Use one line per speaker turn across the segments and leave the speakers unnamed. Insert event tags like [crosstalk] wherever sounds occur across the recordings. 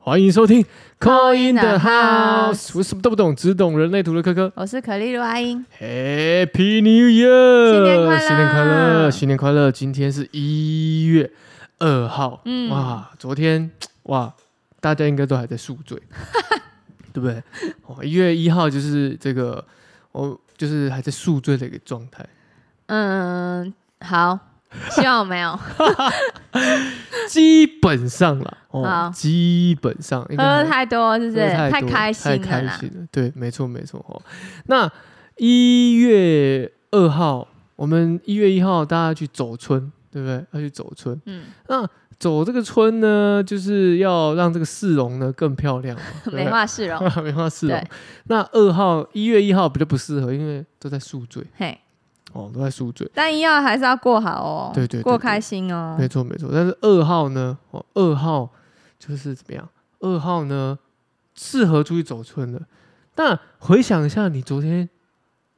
欢迎收听《Call in the
the
House
House》，
我什么都不懂，只懂人类图的科科。
我是可丽露阿英，
Happy New Year！
新年快乐
新年快乐，新年快乐！今天是一月二号，
嗯
哇，昨天哇，大家应该都还在宿醉，对不对？哦，一月一号就是这个，我就是还在宿醉的一个状态。
嗯，好，希望我没有
基本上啦，哦
好，
基本上应该还
[laughs] 喝太多，是不是？
太
太
多
开心
太
了
开
啦。
心了。对，没错没错哦。那一月二号，我们一月一号大家去走村，对不对？要去走村。
嗯，
那走这个村呢，就是要让这个市容呢更漂亮嘛，对不对
没话市
[laughs]
容，
梅花市容
对。，
那二号一月一号比较不适合，因为都在宿醉
嘿，
哦，都在宿醉。
但一样还是要过好哦，
对对对
过开心哦。
没错没错，但是二号呢？哦，二号就是怎么样？二号呢，适合出去走村的。那回想一下，你昨天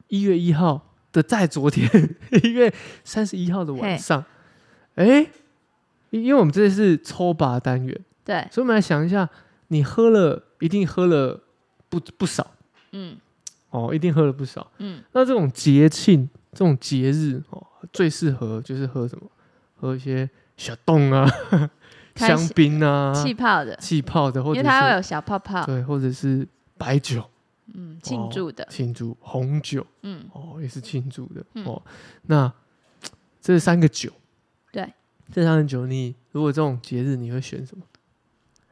一月一号的，在昨天一月三十一号的晚
嘿
上，哎，因因为我们这是抽拔单元，
对，
所以我们来想一下，你喝了一定喝了不不少
嗯
哦，一定喝了不少。
嗯，
那这种节庆、这种节日哦，最适合就是喝什么？喝一些小冻啊、
[laughs] 开
香
心
槟啊、
气泡的，
气泡的，或
因
者
为它会
是
有小泡泡，
对，或者是白酒
嗯，庆祝的，
庆祝，红酒
嗯，
哦也是庆祝的、
嗯
哦。那这三个酒，
对，
这三个酒你如果这种节日你会选什么？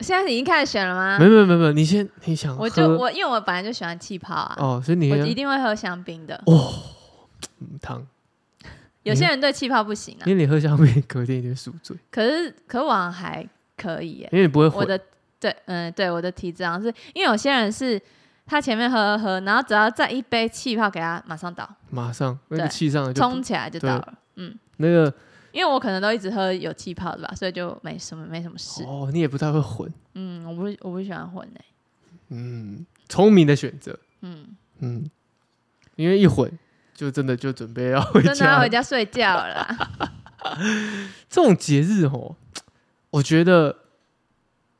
现在你已经开始选了吗
没？没没没，你先你想喝
啊我就我因为我本来就喜欢气泡啊，
哦，所以你
我
要
一定啊会喝香槟的。
嗯糖，
有些人对气泡不行啊，
因为你喝香槟隔天一定会宿醉，
可是可我好像还可以耶。
因为你不会
我
混
的对，嗯，对，我的体质好像是因为有些人是他前面喝喝喝，然后只要再一杯气泡给他，马上倒，
马上那个
对
气上来就不
冲起来就
对
倒了。嗯，
那个
因为我可能都一直喝有气泡的吧，所以就没什么没什么事。
哦，你也不太会混，
嗯，我不我不喜欢混诶、
嗯，聪明的选择，
嗯，
嗯，因为一混就真的就准备要回家，
真的要回家睡觉了啦。
这种节日哦，我觉得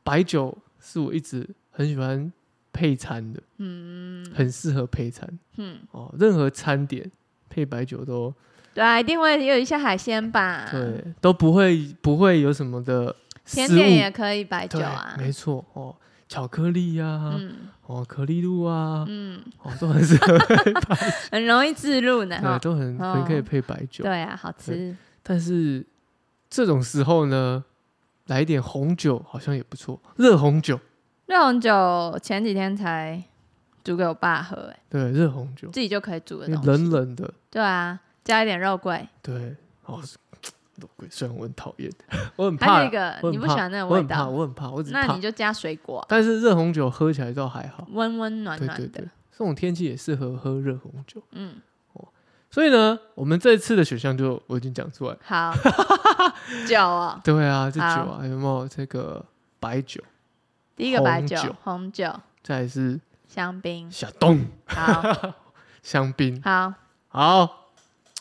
白酒是我一直很喜欢配餐的，
嗯
很适合配餐
嗯，
哦，任何餐点配白酒都
对啊，一定会有一些海鲜吧。，
对，都不会不会有什么的
甜
失误
点也可以白酒
对
啊，。
没错哦，巧克力呀、
嗯
哦，可丽露啊，
嗯，
哦，都很适合，
很容易自入呢
对，
哈。嗯
都很很可以配白酒。
对啊，好吃。
但是这种时候呢，来一点红酒好像也不错，热红酒，
热红酒前几天才煮给我爸喝、欸，
对，热红酒，
自己就可以煮的
因
东
为
西。
冷冷的，
对啊，加一点肉桂，
对，哦，肉桂，虽然我很讨厌， [laughs] 我很
还
怕
有一，个
我很
你不
怕
喜欢那个
我
味
很怕，
道，
我很怕，我只是
那
怕
你。就加水果，
但是热红酒喝起来倒还好，
温温暖
对
暖
对
的。
对，这种天气也适合喝热红酒。
嗯，
所以呢，我们这次的选项就我已经讲出来了， [laughs]
好，酒哦，
对啊，这酒
好
啊，有没有这个白酒，
第一个白酒
红酒、
红酒、
再来是
香
[laughs]
槟，
小东
好
香槟，
好，
好，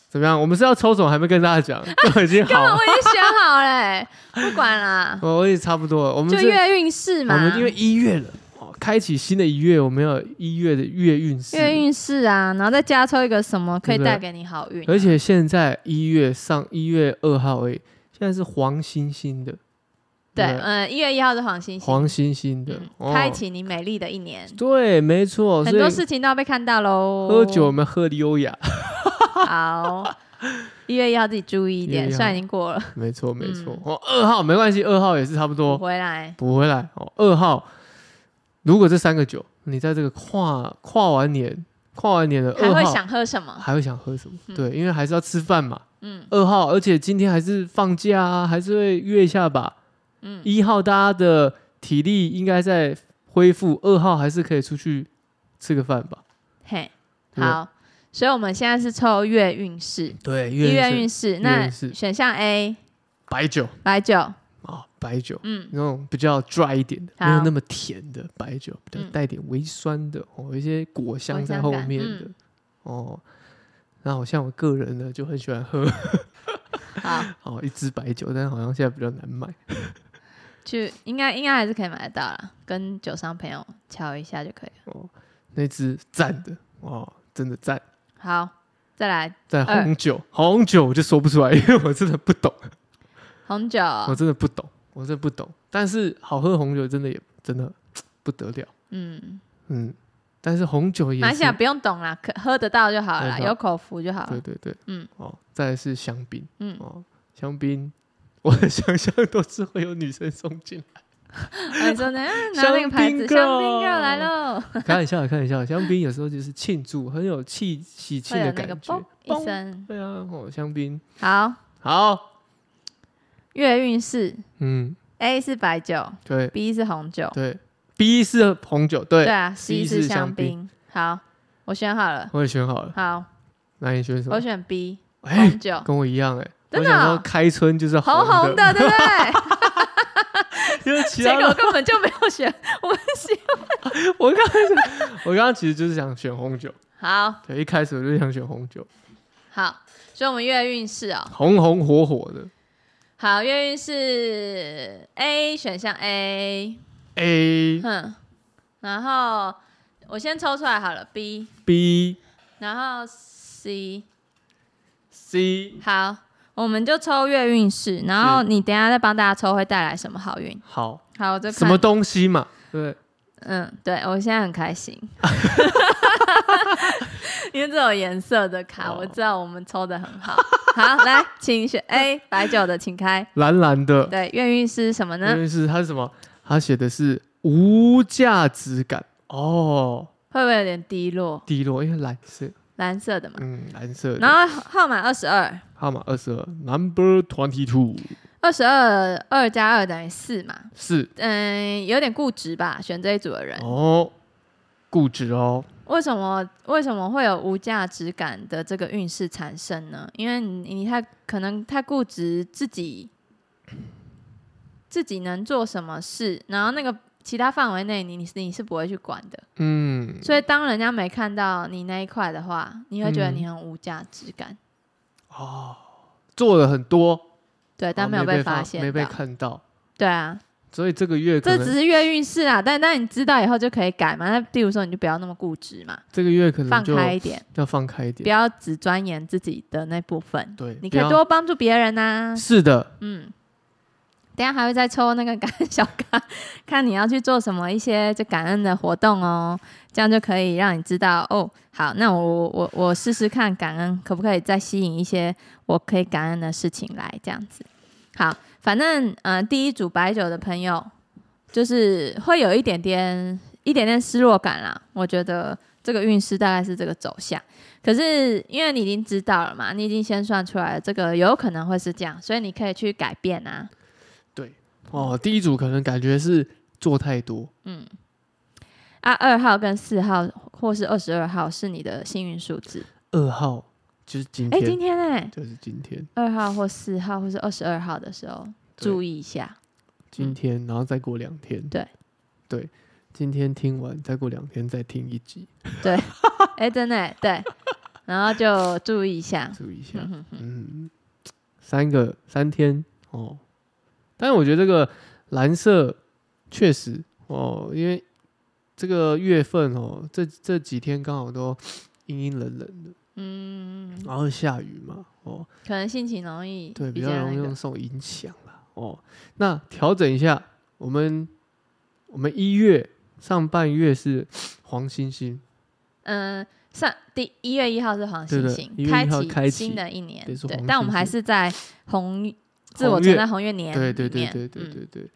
怎么样？我们是要抽什么？还没跟大家讲，
[laughs]
都已经
根本
好
我，已经选好嘞，不管啦，
我也差不多了。我们，
就是月运势
我
嘛，
们因为一月了，哦，开启新的一月，我们要有一月的月运势。
月运势啊，然后再加抽一个什么可以
对不对
带给你好运啊，
而且现在一月上一月二号而已，现在是黄星星的，
对，
不
嗯，一月一号是黄星星，
黄星星的
嗯，
哦
开启你美丽的一年，
对，没错，
很
所以
多事情都要被看到喽。
喝酒我们喝的优雅，
好，
[laughs]
一月一号自己注意一
1月
点，
1号
虽然已经过了，
没错没错
嗯。
哦，二号没关系，二号也是差不
我
多
回来。
补回来哦。二号，如果这三个酒，你在这个跨跨完年，跨完年的
还
二
会
号
想喝什么？
还会想喝什么？
嗯
对，因为还是要吃饭嘛。
嗯
二号，而且今天还是放假啊，还是会约一下吧。
嗯，
一号大家的体力应该在恢复，二号还是可以出去吃个饭吧。
嘿，
对
好，所以我们现在是抽月运势，
对，
一月
是
运势。
月
那
运势
选项 A
白酒
白酒，
啊，白酒
嗯，
那种比较 dry 一点的，没有
好
那么甜的白酒，比较
嗯
带点微酸的，哦，有一些果香
果
在
香
后
感
面的，
嗯
哦。那好像我个人呢就很喜欢喝 [laughs]
好，
哦一支白酒，但好像现在比较难买。
去应该应该还是可以买得到啦，跟酒商朋友敲一下就可以了。
哦，那支赞的哦，真的赞。
好，再来
在
二
红酒，红酒我就说不出来，因 [laughs] 为我真的不懂，
红酒，
我真的不懂，我真的不懂。但是好喝红酒真的也真的不得了，
嗯，
嗯。但是红酒也
马来西亚
是，
不用懂啦，可喝得到就好了啦，
喝得到
有口福就好
对
了。
对对，
嗯
哦，再来是香槟，
嗯 [laughs]
哦，香槟， [laughs] 我的想象都是会有女生送进
啊你
[laughs]
说呢？啊拿那个牌
香槟
子，
girl
香槟 girl 来喽，
来，开玩笑的，开玩笑的，香槟有时候就是庆祝，很有气喜庆
会有
的感
那个
觉
嘣，一
嘣
声。
对啊，哦，香槟，
好，
好，
月运是
嗯，
A 是白酒
对
，B 是红酒，
对，B 是红酒，对，
对啊
C
，C 是
是
香
香
槟。好，我选好了，
我也选好了，
好，
那你选什
我
么？
选 B
[laughs] 哎
红，酒，
跟我一样哎，
真
我
的哦
想说开春就是
红红
的，
的，对不对？
因为 [laughs] 其
结
他
果
的
根本就没有选，我选
我刚刚想我刚刚其实就是想选红酒，
好
对，一开始我就想选红酒，
好，所以我们月运是哦，
红红火火的
好，月运是 A 选项 A，
A
哼，然后我先抽出来好了 B，
B
然后 C，
C
好，我们就抽月运势，然后
是
你等一下再帮大家抽会带来什么好运。
好，
好，我就
什
看
么东西嘛？对，
嗯，对我现在很开心， [laughs] 因为这种颜色的卡，
哦
我知道我们抽的很好。好，来，请选 A 白酒的，请开。
蓝蓝的，
对，愿运是什么
因
呢？
为是它是什么？它写的是无价值感哦，
会不会有点低落？
低落，因为蓝色，
蓝色的嘛。
嗯，蓝色的。
然后号码二十二，
号码二十二，Number Twenty Two
二十二二加二等于四嘛。
是
嗯，有点固执吧，选这一组的人。
哦，固执哦，
为什么为什么会有无价值感的这个运势产生呢？因为你你太可能太固执自己自己能做什么事，然后那个其他范围内你你是你是不会去管的，
嗯，
所以当人家没看到你那一块的话，你会觉得
嗯
你很无价值感，
做了很多，
对，但
哦
没有
被
发
发
现
没
到
被看到，
对啊，
所以这个月可
这只
能
是月运势啊，但但你知道以后就可以改嘛。那比如说你就不要那么固执嘛，
这个月可能
放
就
开一点，
要放开一
不
点，
要只钻研自己的那部分。
对，
你
不
可以
要
多帮助别人啊呐、
是的，
嗯，等一下还会再抽那个感恩小卡，看你要去做什么一些就感恩的活动哦，这样就可以让你知道哦。好，那我我我试试看感恩可不可以再吸引一些我可以感恩的事情来，这样子。好，反正呃第一组白酒的朋友就是会有一点点一点点失落感啦，我觉得这个运势大概是这个走向。可是因为你已经知道了嘛，你已经先算出来了，这个有可能会是这样，所以你可以去改变啊。
哦，第一组可能感觉是做太多，
嗯，啊，二号跟四号或是二十二号是你的幸运数字。
二号就是今
哎、
天，
今天哎、
就是今天，
二号或四号或是二十二号的时候，
对
注意一下。
今天，然后再过两天，
嗯对
对，今天听完，再过两天再听一集，
哎、真的、哎对，然后就注意一下。
注意一下
嗯，哼哼
嗯，三个三天哦，但是我觉得这个蓝色确实哦，因为这个月份哦，这这几天刚好都阴阴冷冷的，
嗯，
然后下雨嘛，哦，
可能性情容易
对，比
较
较容易
那个
用受影响啦，哦，那调整一下，我们我们一月上半月是黄星星，
嗯，上第一月一号是黄星星
对，的1月1号
启
开启
新的一年，
对是
对
黄，
但我们
星
还
星
是在红自我
红
存
月
在红月年里
对
面，
对对对对
嗯
对对，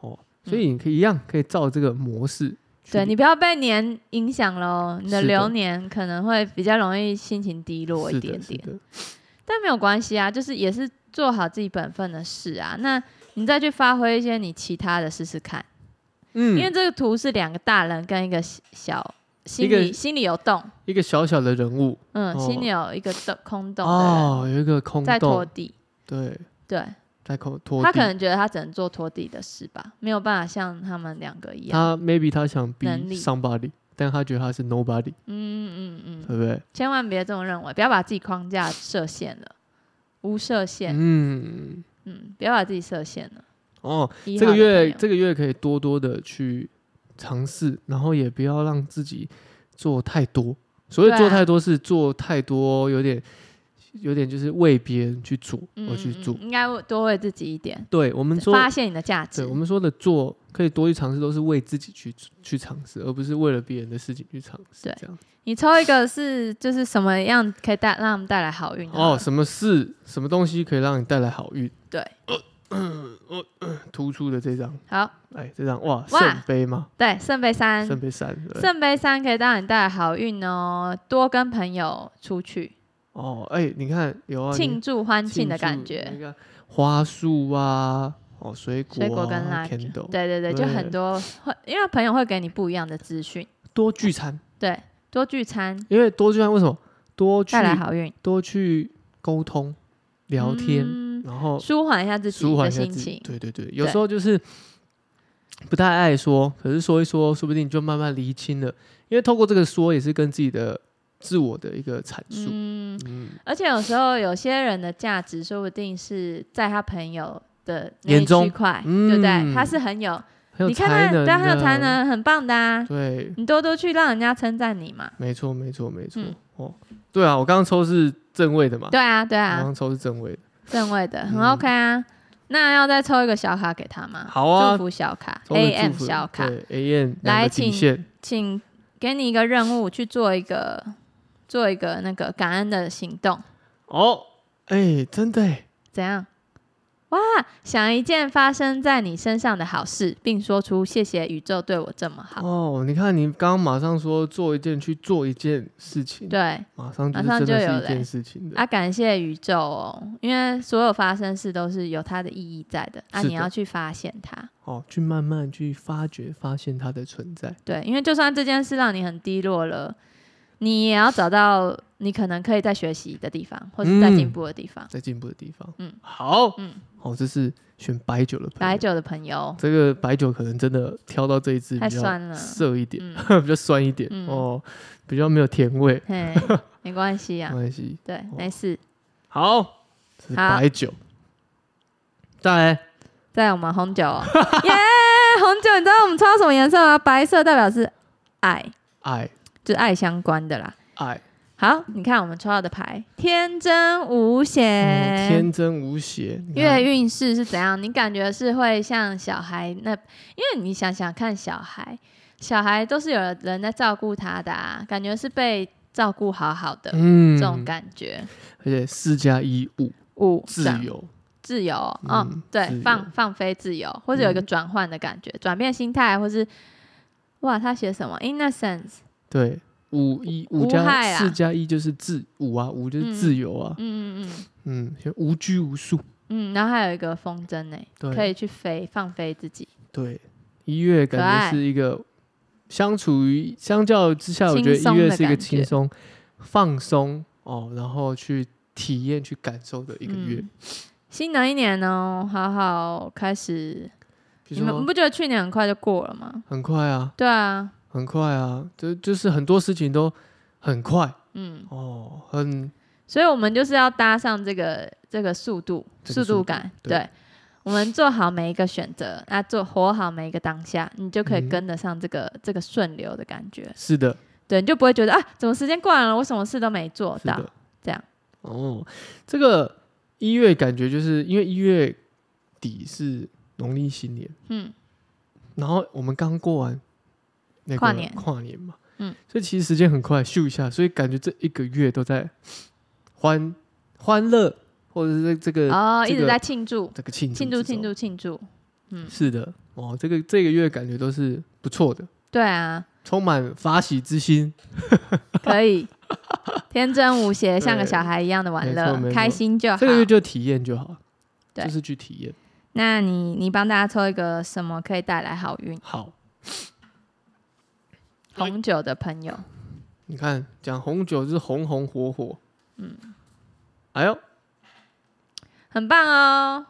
哦，所以你可以一样可以照这个模式去，
对你不要被年影响喽，你的
是的
流年可能会比较容易心情低落一
是的
点
是
点，
的
但没有关系啊，就是也是做好自己本分的事啊。那你再去发挥一些你其他的试试看，
嗯，
因为这个图是两个大人跟一个小小心
一个
里心里有洞，
一个小小的人物
嗯，
哦
心里有一个洞空洞的人
哦，有一个空
在拖
洞，
地，
对，
对。
在空拖
他
地
可能觉得他只能做拖地的事吧，没有办法像他们两个一样。
他 maybe 他想逼
能力
somebody，但他觉得他是 nobody，
嗯嗯
对
嗯，
不对？
千万别这么认为，不要把自己框架设限了，无设限。
嗯，
嗯，不要把自己设限了。
哦，
一
这
号
个
的朋
月
友
这个月可以多多的去尝试，然后也不要让自己做太多。所谓
对啊
做太多是做太多，有点有点就是为别人去做而去做。
嗯嗯嗯应该会多为自己一点，
对我们说，
发现你的价值
对我。们说的做可以多去尝试，都是为自己去去尝试，而不是为了别人的事情去尝试。
对
这样
你抽一个是就是什么样可以带让我们带来好运的
哦，什么事什么东西可以让你带来好运？
对
呃，呃呃突出的这张，
好，
哎，这张哇，圣
哇
杯吗？
对，圣杯三，
圣杯三，对
圣杯三可以让你带来好运哦，多跟朋友出去
哦，哎、你看有啊，你
庆祝欢庆的
祝
感
那
觉，
个花束啊，哦，水果、啊、
水果跟辣椒
candle，，
对对对，就
对
很多会，因为朋友会给你不一样的资讯，
多聚餐，
对，多聚餐
因为多聚餐为什么？多去
带来好运，
多去沟通、聊天，
嗯
然后
舒缓一下自己
舒缓
的
一下
心
自己
情。。
对对对，有时候就是不太爱说，可是说一说，说不定就慢慢厘清了。因为透过这个说，也是跟自己的自我的一个阐述。
嗯，
嗯，
而且有时候有些人的价值，说不定是在他朋友的那
眼
一
中
区块，
嗯
对不对？他是很有，
很有
你看
才
他，
能，
对啊，很有才，能，很棒的啊！
对，
你多多去让人家称赞你嘛。
没错，没错，没错。
嗯
哦，对啊，我刚刚抽是正位的嘛，
对啊，对
我刚
啊，
刚抽是正位的。
正位的很
嗯
OK 啊。那要再抽一个小卡给他吗？
好啊
祝福小卡
抽是
，AM
祝福
小卡，
对 AM
来
两个底
请
线，
请给你一个任务，去做一个做一个那个感恩的行动，
哦，哎，真的耶，
怎样？哇！想一件发生在你身上的好事，并说出谢谢宇宙对我这么好。
哦，你看你刚刚马上说做一件去做一件事情，
对
马上就是
马上
真的
就有
是一
嘞
件事情的，
啊，感谢宇宙哦，因为所有发生事都是有它的意义在的啊，
是的
你要去发现它。
哦，去慢慢去发掘、发现它的存在，
对，因为就算这件事让你很低落了，你也要找到你可能可以在学习的地方，或是在进
嗯
步的地方。
在进步的地方。
嗯，
好，
嗯，
哦，这是选白酒的朋
白
友，
酒的朋友，
这个白酒可能真的挑到这一支比
太
较
酸了
涩一点，[laughs]
嗯，
比较酸一点
嗯
哦，比较没有甜味， [laughs]
嘿，没关系
没
呀、
关系。
对，没事。
好，这是
好
白酒，再来。
在我们红
[laughs]
酒哦，耶、红酒，你知道我们抽到什么颜色吗？白色代表是爱，
爱
就是爱相关的啦。
爱、
好，你看我们抽到的牌，天真无邪。
嗯天真啊无邪，你看
月运势是怎样？你感觉是会像小孩那，因为你想想看，小孩，小孩都是有人在照顾他的、啊，感觉是被照顾好好的、
嗯
这种感觉。
而且四加一五
五
自
这样
由，
自由哦，
嗯
嗯，对
自由，嗯
放放飞自由，或者有一个转换的感觉，转变心态，或是哇，他写什么 innocence，
对五一五
无害
加
啊
四加一就是自五啊，五就是自由啊，
嗯嗯嗯
嗯，就无拘无束，
嗯，然后还有一个风筝呢，
对
可以去飞，放飞自己，
对，一月
可
感
爱
觉是一个相处于相较之下，我觉得
轻松
一
的
月是一个
感觉
轻松、放松哦，然后去体验、去感受的一个月
嗯。新的一年哦，好好开始
比
你
如
们
说
不觉得去年很快就过了吗？
很快啊，
对啊，
很快啊，就就是很多事情都很快
嗯，
哦，很
所以我们就是要搭上这个这个速度、
这个速度
速度感，
对
对。我们做好每一个选择，那、做活好每一个当下，你就可以
嗯
跟得上这个、这个顺流的感觉，
是的，
对，你就不会觉得啊，怎么时间过完了，我什么事都没做
是
到
的，，
这样。
哦，这个一月感觉就是因为一月底是农历新年，
嗯，
然后我们刚过完那个
跨年
跨年嘛，
嗯，
所以其实时间很快，咻一下，所以感觉这一个月都在欢欢乐，或者是这个、
哦，
这
一
个
直在庆祝，
这个庆
庆祝，
之
庆
中，
祝，庆祝。嗯，
是的，哦，这个这个月感觉都是不错的，
对
[laughs]
啊，
充满发喜之心，
可以，天真无邪，像个
对
小孩一样的玩
没错没
乐，
错
开心就好。
这个月就体验就好，
啊对
就是去体验，
那你你帮大家抽一个什么可以带来好运？
好。哎
红酒的朋友，
你看，讲红酒就是红红火火，嗯，哎呦，
很棒哦。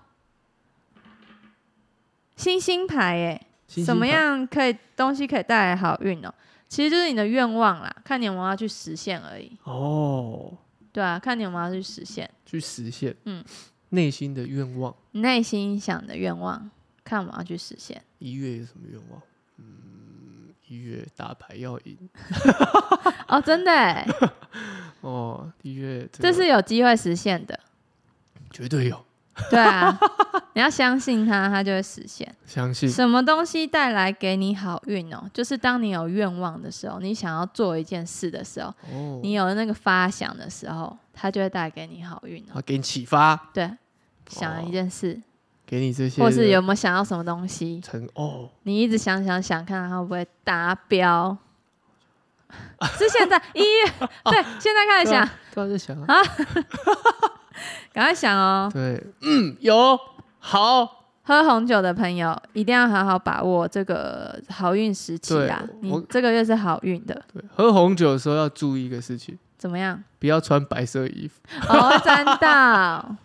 星星牌耶，
星星
怎么
牌？
样可以东西可以带来好运哦？其实就是你的愿望啦，看你有没有要去实现而已。
哦，
对啊，看你有没有要去实现
去实现，
嗯，
内心的愿望，
你内心想的愿望，看我要去实现。
一月有什么愿望？嗯，一月打牌要赢
哦，真的
[laughs]
耶，
哦，一月
这
个
是有机会实现的。
绝对有，[laughs]
对啊，你要相信它，它就会实现。
相信
什么东西带来给你好运哦？就是当你有愿望的时候，你想要做一件事的时候，
哦，
你有那个发想的时候，它就会带给你好运哦。
啊，给你启发，
对，想一件事，
给你这些，
或是有没有想要什么东西，
成哦，
你一直想想想，看它会不会达
[laughs]
标。是现在一月，对，现在开始想，
突然在想啊，
赶快想哦。
对，嗯，有好，
喝红酒的朋友一定要好好把握这个好运时期啊
对！
你
我
这个月是好运的，
对，喝红酒的时候要注意一个事情，
怎
[laughs]
么样？
不要穿白色衣服，
哦，真的，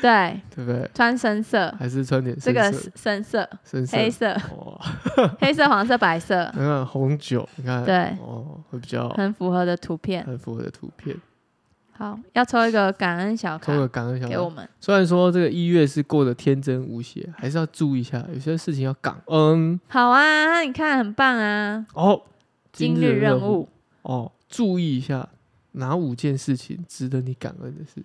对，
对不对？
穿深色，
还是穿点
这
深
个
色，
深色、
深色
黑，色、
哇，
黑色、黄色、白色，
嗯，红酒，你看，
对，
哦，会比较
很符合的图片。
很符合的图片，
好，要抽一个感恩小卡
抽个感恩小
给
卡
我们。
虽然说这个一月是过得天真无邪，还是要注意一下，有些事情要感恩
好啊，你看很棒啊！
哦。
今
日
日任
务
务
哦，注意一下哪五件事情值得你感恩的事。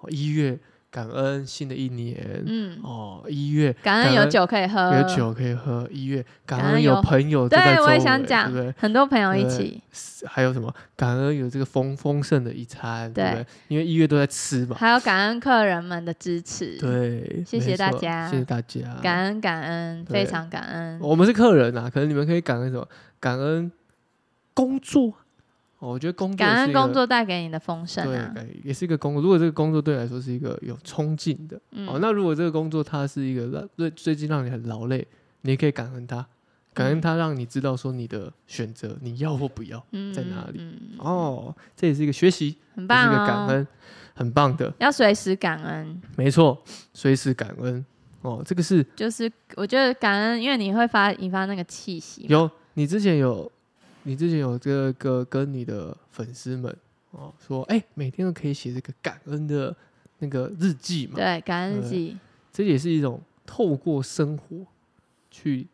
哦，一月感恩新的一年、
嗯，
哦，一月
感恩有酒可以喝，
有酒可以喝，一月感
感恩
恩有
有
朋友都在
对，
周围
我也想讲
对不对？，
很多朋友一
对
起，
还有什么感恩有这个丰丰盛的一餐，对不
对
对？因为一月都在吃嘛。
还有感恩客人们的支持，
对，
谢谢
没错
大家
谢谢大家，
感恩感恩，
对
非常感恩。
我们是客人啊，可能你们可以感恩什么？感恩工作。哦，我觉得工作
感
也是
恩
一个
工作带给你的丰盛
对，
啊，
感也是一个工作。如果这个工作对你来说是一个有冲劲的，哦，
嗯，
那如果这个工作它是一个让最最近让你很劳累，你也可以感恩它，感恩它让你知道说你的选择你要或不要。
嗯
在哪里？
嗯，嗯
哦，这也是一个学习，
很
也是
棒
一个感
哦，
恩，很棒的，
要随时感恩，
没错，随时感恩。哦，这个是
就是我觉得感恩，因为你会发引发那个气息嘛，
有，你之前有，你之前有这个跟你的粉丝们哦说，哎、每天都可以写这个感恩的那个日记嘛，
对，感恩日记，
这也是一种透过生活去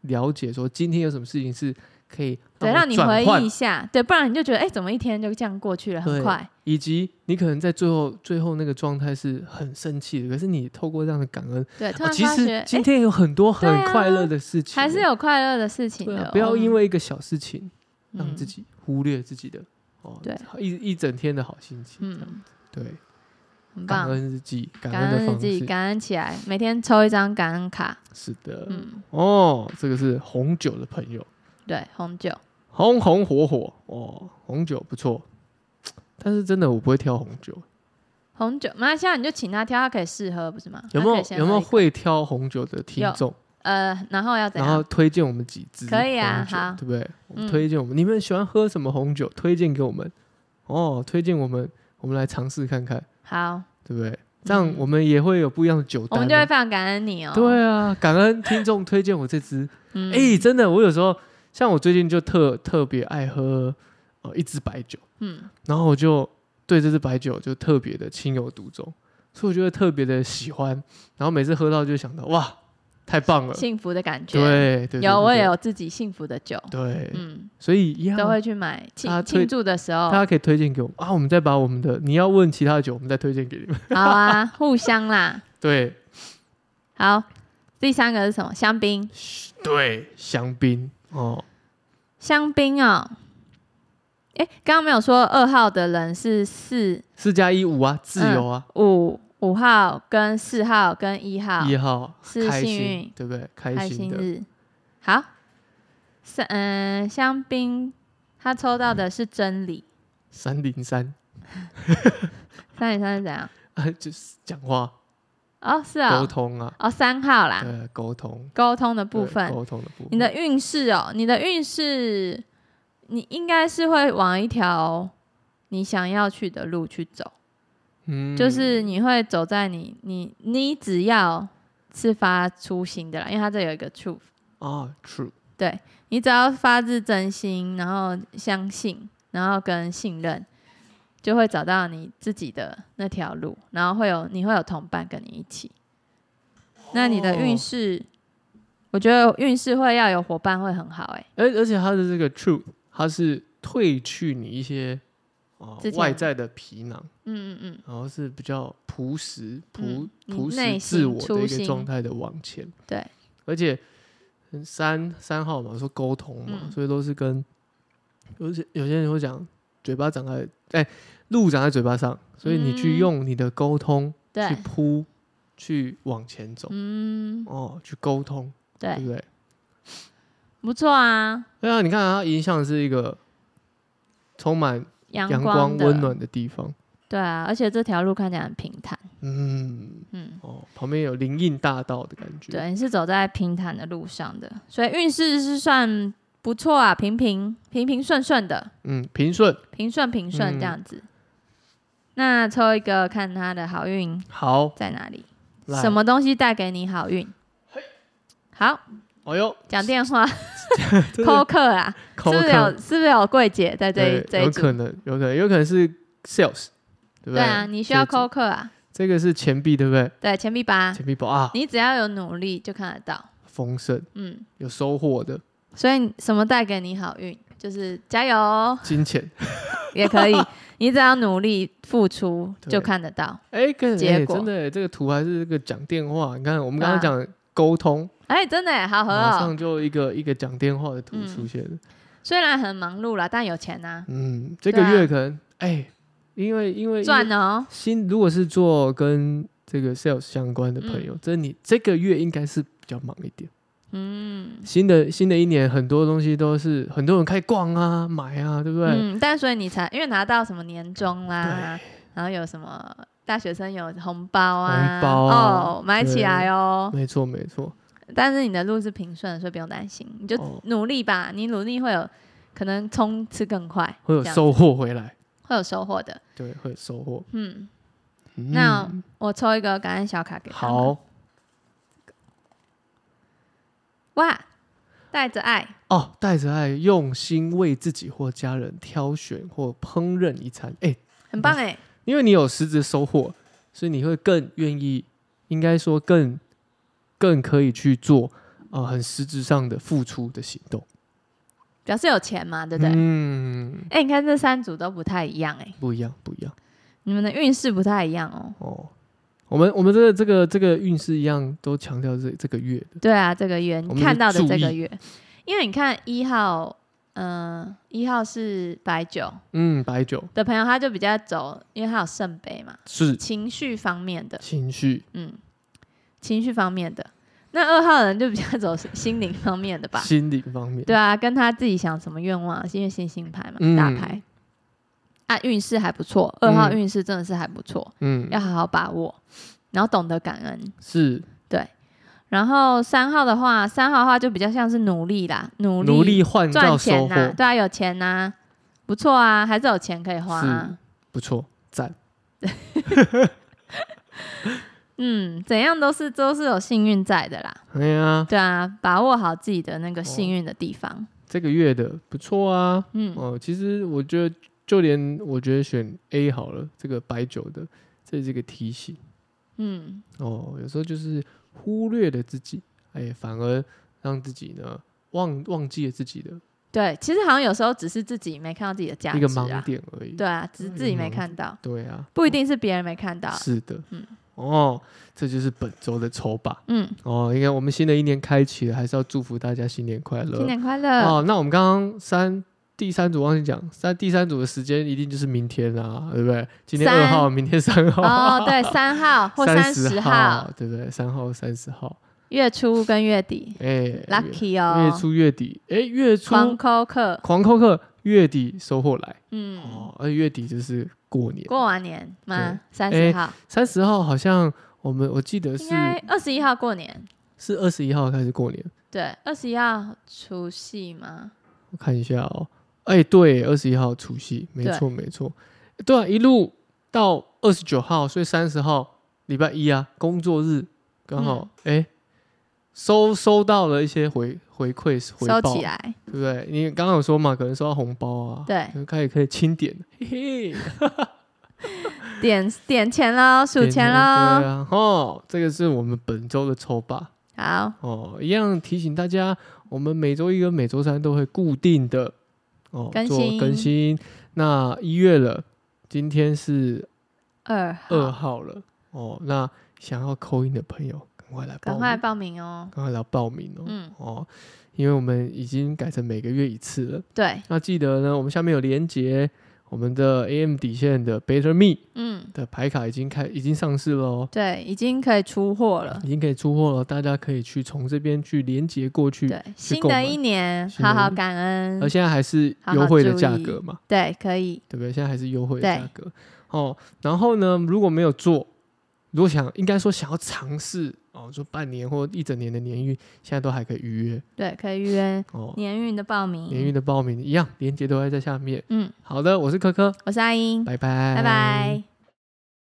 了解说今天有什么事情是可以
对，让
我
你
转
回
换
忆一下，对，不然你就觉得哎，怎么一天就这样过去了，很
对
快，
以及你可能在最后最后那个状态是很生气的，可是你透过这样的感恩，
对，突
哦、
然
其
发
实
觉
今
哎，
天有很多很
对啊
快乐的事情，
还是有快乐的事情
对啊
的，哦
不要因
为
为一个小事情让自，己忽略自己的哦，
嗯对，
一一整天的好心情，
嗯，
这样
嗯
对，
很
感
棒。
恩日记，感
感
恩的
恩日
方
记，
式，
感恩起来，每天抽一张感恩卡。
是的，
嗯，
哦，这个是红酒的朋友，
对，红酒。
红红火火哦，红酒不错，但是真的我不会挑红酒，
红酒，那现在你就请他挑，他可以试喝，不是吗？
有没
他可以
有
先
有没有
喝一口？
会挑红酒的听众，
呃，然后要怎
然
样
后？推荐我们几支，
可以啊好
对不对？我们
嗯
推荐我们，你们喜欢喝什么红酒？推荐给我们，哦，推荐我们，我们来尝试看看，
好，
对不对？这样我们也会有不一样的酒
嗯我
单啊、
们就会非常感恩你哦。，
对啊，感恩听众推荐我这支。
嗯，
哎、真的，我有时候像我最近就特特别爱喝呃一支白酒，
嗯，
然后我就对这支白酒就特别的情有独钟，所以我觉得特别的喜欢。然后每次喝到就想到哇，太棒了！
幸福的感觉。，
对对，
有
对
我也。有自己幸福的酒，
对对，
嗯，
所以一样
都会去买
大
庆
家推
庆祝的时候
大，家可以推荐给我们啊，我们再把我们的你要问其他的酒，我们再推荐给你们。
好啊，互相啦。
对 [laughs]
好，第三个是什么？香槟，
对，香槟哦，
香槟哦。哎，刚刚没有说二号的人是四
四加一五啊，自
嗯
由啊，
五五号跟四号跟一号，
一号
是
开
幸
心
运，
对不对？
啊开
开
心
心的
日。好，是嗯、香槟他抽到的是真理，
三零三 [laughs]
三点三是怎样？
啊，就是讲话
哦，是
沟
哦，
通啊，
哦，三号啦，
对，沟通
沟通的
对
部分，
沟通的部分。
你的运势哦，你的运势，你应该是会往一条你想要去的路去走，
嗯
就是你会走在你你你只要是发出心的啦，因为它这有一个 truth，
啊，true，
你只要发自真心，然后相信，然后跟信任，就会找到你自己的那条路，然后会有你会有同伴跟你一起。那你的运势，我觉得运势会要有伙伴会很好、欸，哎，
而而且它的这个 truth，它是褪去你一些哦
之前
外在的皮囊，
嗯嗯嗯，
然后是比较朴实、朴
嗯你
朴实
内
自
心
我
初
的一个
心
状态的往前。
对，
而且嗯三三号嘛，说沟通嘛，
嗯
所以都是跟有些有些人会讲嘴巴长在哎、路长在嘴巴上，所以你去
嗯
用你的沟通去
对，
铺，去往前走，
嗯，
哦，去沟通，对
对，
不对？
不错啊，
对啊，你看啊它影像是一个充满
阳
阳光
的，
温暖的地方，
对啊，而且这条路看起来很平坦，
嗯，
嗯，
哦，旁边有林荫大道的感觉，，
对，你是走在平坦的路上的，所以运势是算不错啊，平平平平顺顺的，
嗯，平顺，
平顺平顺
嗯
这样子。那抽一个看他的好运
好，
在哪里，
来
什？么东西带给你好运？好，
哎呦，
讲
[laughs]
电话
真的
扣客啊，是
口
不是
渴
有是不是有柜姐在这一
对，
这一
有
组
可？能，有可能，有可能是 sales，对不
对啊，你需要
这一组
扣客啊，
这个是钱币，对不对？
对，钱币八，
钱币宝啊，
你只要有努力就看得到，
丰盛
嗯，
有收获的
所以什么带给你好运？就是加
[laughs]
油哦
金钱，
也可以，你只要努力付出
对
就看得到。 [laughs]
哎，跟
结
哎
果
真的哎这个图还是这个讲电话，你看我们刚刚
啊
讲沟通，
哎，真的耶好合
马
哦，
上就一个一个讲电话的图
嗯
出现了，
虽然很忙碌啦，但有钱呐、
嗯，这个
对啊
月可能哎，因为因为
赚哦，
新如果是做跟这个 sales 相关的朋友，这你这个月应该是比较忙一点。
嗯
新的新的一年，很多东西都是很多人开始逛啊、买啊，对不对？
嗯，但所以你才因为拿到什么年终啦，然后有什么大学生有红包
红
啊，
包啊
哦，买起来哦。
没错，没错，
但是你的路是平顺的，所以不用担心，你就
哦
努力吧，你努力会有可能冲刺更快，
会有
这样
收获回来，
会有收获的。
对，会有收获。
嗯，
嗯
那我抽一个感恩小卡给他们
好
哇，带着爱，
哦，带着爱，用心为自己或家人挑选或烹饪一餐，哎，
很棒哎，
因为你有实质收获，所以你会更愿意，应该说更更可以去做啊、呃很实质上的付出的行动，
表示有钱嘛，对不对？
嗯，
哎，你看这三组都不太一样哎，
不一样，不一样。
你们的运势不太一样哦。
哦，我们我们这个这个这个运势一样，都强调这这个月的，
对啊，这个月
我们
你
就
看到的这
注
个
意
月，因为你看一号，嗯、一号是白酒
嗯，白酒
的朋友，他就比较走，因为他有圣杯嘛，
是
情绪方面的，
情绪
嗯，情绪方面的。那二号人就比较走心灵方面的吧，
心灵方面，
对啊，跟他自己想什么愿望，因为星星牌嘛，
嗯
大牌。啊，运势还不错，二号
嗯
运势真的是还不错，
嗯，
要好好把握，然后懂得感恩。
是
然后三号的话，三号的话就比较像是努力啦，努力
努力换
赚
到
钱
收
呐、
获，
对啊，有钱呐、不错啊，还是有钱可以花、啊。
不错，赞，
嗯，怎样都是都是有幸运在的啦。
哎呀，
对啊，把握好自己的
哦
那个幸运的地方。
这个月的不错啊，
嗯，
哦，其实我觉得就连我觉得选 A 好了，这个白酒的，这是一个提醒
嗯，
哦，有时候就是忽略了自己，哎，反而让自己呢忘忘记了自己的
对，其实好像有时候只是自己没看到自己的价值、啊，
一个盲点而已，
对啊，只是自己没看到，
对啊，
不一定是别人没看到。
是的，
嗯
哦，这就是本周的抽吧。
嗯，
哦，应该我们新的一年开启了，还是要祝福大家新年快乐。
新年快乐！
哦，那我们刚刚三第三组忘记讲，三第三组的时间一定就是明天啦，对不对？今天
三
二号，明天三号。
哦，
[laughs]
对，三号或三
十
十号，，
对不对？三号、三十号，
月初跟月底
哎
，lucky
月
哦
月，初、月底，哎，月初
狂扣客，
狂扣客，月底收获来
嗯，
哦，而月底就是过年，
过完年吗？三
哎
十号
三十号好像我们我记得
应
是
该二十一号过年，
是二十一号开始过年，
对，二十一号除夕嘛，
我看一下哦，哎，对，二十一号除夕，没
对
错没错，对啊，一路到二十九号，所以三十号礼拜一啊，工作日刚好
嗯
哎、收收到了一些回回馈回
收
报，
起来，
对不对？你刚刚有说嘛，可能收到红包啊，
对，
可以可以清点，嘿嘿，
点点钱喽，数钱
对
喽。
啊，哦，这个是我们本周的抽吧。
好，
哦，一样提醒大家，我们每周一跟每周三都会固定的哦
更
做
新
更新。那一月了，今天是
二
二
号，
号了哦。那想要扣音的朋友，赶快来报
赶
名，
快报名哦。
赶快来报名哦。
嗯，
哦，因为我们已经改成每个月一次了。
对，
那记得呢，我们下面有连接我们的 AM 底线的 Better Me
嗯，
的牌卡已经开已经上市了哦。
对，已经可以出货了。
已经可以出货了，大家可以去从这边去连接过嗯去，
对，新
购
的
买
一年
新的
好好
一
感恩
而。现在还是
嗯好好
优惠的价
注意
格嘛，
对，可以，
对不对？现在还是优惠的
对
价格哦。然后呢，如果没有做，如果想应该说想要尝试哦，说半年或一整年的年运，现在都还可以预约
对，可以预约
哦。
年运的报名。
年运的报名一样，链接都会在下面。
嗯，
好的，我是科科，
我是阿英，
拜拜，
拜
拜
拜。